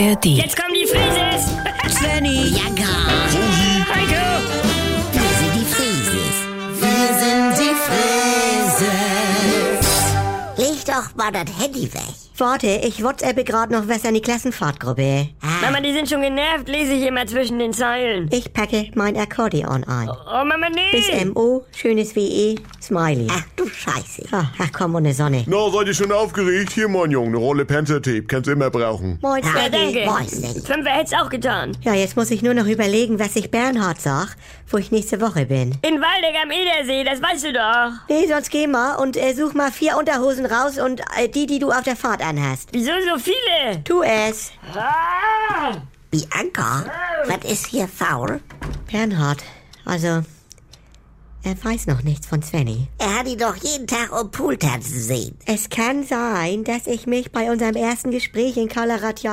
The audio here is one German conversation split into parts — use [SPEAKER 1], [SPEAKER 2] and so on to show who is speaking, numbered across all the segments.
[SPEAKER 1] ARD.
[SPEAKER 2] Jetzt kommen die Frises!
[SPEAKER 3] Svenny,
[SPEAKER 4] Ja, gar.
[SPEAKER 2] Heiko!
[SPEAKER 4] Wir sind die Frieses. Wir sind die Frieses. Leg doch mal das Handy weg.
[SPEAKER 3] warte, ich WhatsAppe gerade noch was an die Klassenfahrtgruppe.
[SPEAKER 2] Mama, die sind schon genervt, lese ich immer zwischen den Zeilen.
[SPEAKER 3] Ich packe mein Akkordeon ein.
[SPEAKER 2] Oh, Mama, nee!
[SPEAKER 3] Bis MO, schönes WE, Smiley.
[SPEAKER 4] Ach du Scheiße.
[SPEAKER 3] Ah, Ach komm, ohne Sonne.
[SPEAKER 5] Na, seid ihr schon aufgeregt? Hier, mein Junge, eine Rolle Panzertape. Kannst immer brauchen.
[SPEAKER 3] Moin,
[SPEAKER 2] ja,
[SPEAKER 3] Svenny.
[SPEAKER 2] danke.
[SPEAKER 4] Mäuschen.
[SPEAKER 2] Fünfer hätt's auch getan.
[SPEAKER 3] Ja, jetzt muss ich nur noch überlegen, was ich Bernhard sag, wo ich nächste Woche bin.
[SPEAKER 2] In Waldeck am Edersee, das weißt du doch.
[SPEAKER 3] Nee, sonst geh mal und äh, such mal vier Unterhosen raus und äh, die, die du auf der Fahrt anhast.
[SPEAKER 2] Wieso so viele?
[SPEAKER 3] Tu es.
[SPEAKER 2] Ah!
[SPEAKER 4] Bianca, was ist hier faul?
[SPEAKER 3] Bernhard, also, er weiß noch nichts von Svenny.
[SPEAKER 4] Er hat ihn doch jeden Tag um Pool tanzen sehen.
[SPEAKER 3] Es kann sein, dass ich mich bei unserem ersten Gespräch in Colorado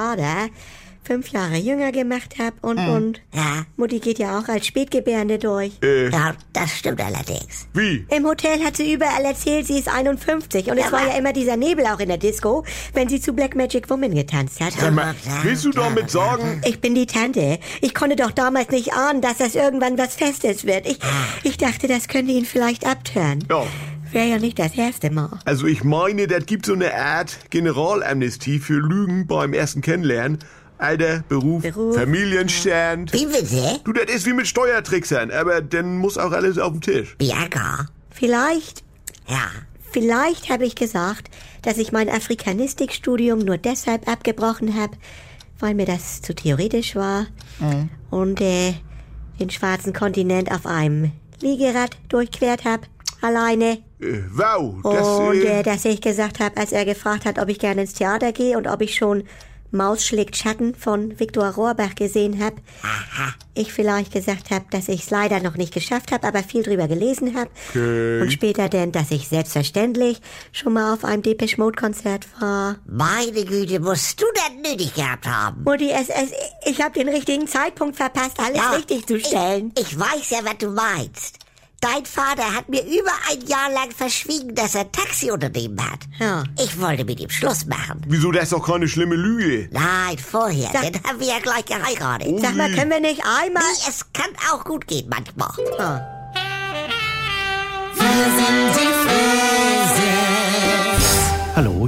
[SPEAKER 3] fünf Jahre jünger gemacht habe und, und
[SPEAKER 4] Hm. Ja,
[SPEAKER 3] Mutti geht ja auch als Spätgebärende durch.
[SPEAKER 5] Äh,
[SPEAKER 4] ja das stimmt allerdings.
[SPEAKER 5] wie?
[SPEAKER 3] Im Hotel hat sie überall erzählt, sie ist 51 und es war ja immer dieser Nebel auch in der Disco, wenn sie zu Black Magic Woman getanzt hat.
[SPEAKER 5] Sag mal, Äh, willst du damit sagen,
[SPEAKER 3] Ich bin die Tante. Ich konnte doch damals nicht ahnen, dass das irgendwann was Festes wird. Ich, ich dachte, das könnte ihn vielleicht abtören.
[SPEAKER 5] ja,
[SPEAKER 3] Wäre ja nicht das erste Mal.
[SPEAKER 5] also ich meine, das gibt so eine Art Generalamnestie für Lügen beim ersten Kennenlernen. Alter, Beruf,
[SPEAKER 3] Beruf,
[SPEAKER 5] Familienstand.
[SPEAKER 4] Wie bitte?
[SPEAKER 5] Du, das ist wie mit Steuertricksern, aber dann muss auch alles auf den Tisch.
[SPEAKER 4] Bianca?
[SPEAKER 3] Vielleicht
[SPEAKER 4] Ja.
[SPEAKER 3] Vielleicht habe ich gesagt, dass ich mein Afrikanistikstudium nur deshalb abgebrochen habe, weil mir das zu theoretisch war und äh, den schwarzen Kontinent auf einem Liegerad durchquert habe, alleine.
[SPEAKER 5] Äh, wow, das...
[SPEAKER 3] Und äh,
[SPEAKER 5] Äh,
[SPEAKER 3] dass ich gesagt habe, als er gefragt hat, ob ich gerne ins Theater gehe und ob ich schon Maus schlägt Schatten von Viktor Rohrbach gesehen habe, ich vielleicht gesagt habe, dass ich es leider noch nicht geschafft habe, aber viel drüber gelesen habe. Und später denn, dass ich selbstverständlich schon mal auf einem Depeche Mode Konzert war.
[SPEAKER 4] Meine Güte, musst du das nötig gehabt haben?
[SPEAKER 3] Mutti, es, es, ich habe den richtigen Zeitpunkt verpasst, alles richtig zu stellen.
[SPEAKER 4] Ich, ich weiß ja, was du meinst. Dein Vater hat mir über ein Jahr lang verschwiegen, dass er ein Taxiunternehmen hat.
[SPEAKER 3] Ja.
[SPEAKER 4] Ich wollte mit ihm Schluss machen.
[SPEAKER 5] wieso, das ist doch keine schlimme Lüge.
[SPEAKER 4] Nein, vorher.
[SPEAKER 3] Sag-
[SPEAKER 4] Dann haben wir ja gleich geheiratet.
[SPEAKER 3] Sag mal, können wir nicht einmal...
[SPEAKER 4] Nee, es kann auch gut gehen manchmal.
[SPEAKER 3] Ah.
[SPEAKER 6] Hallo,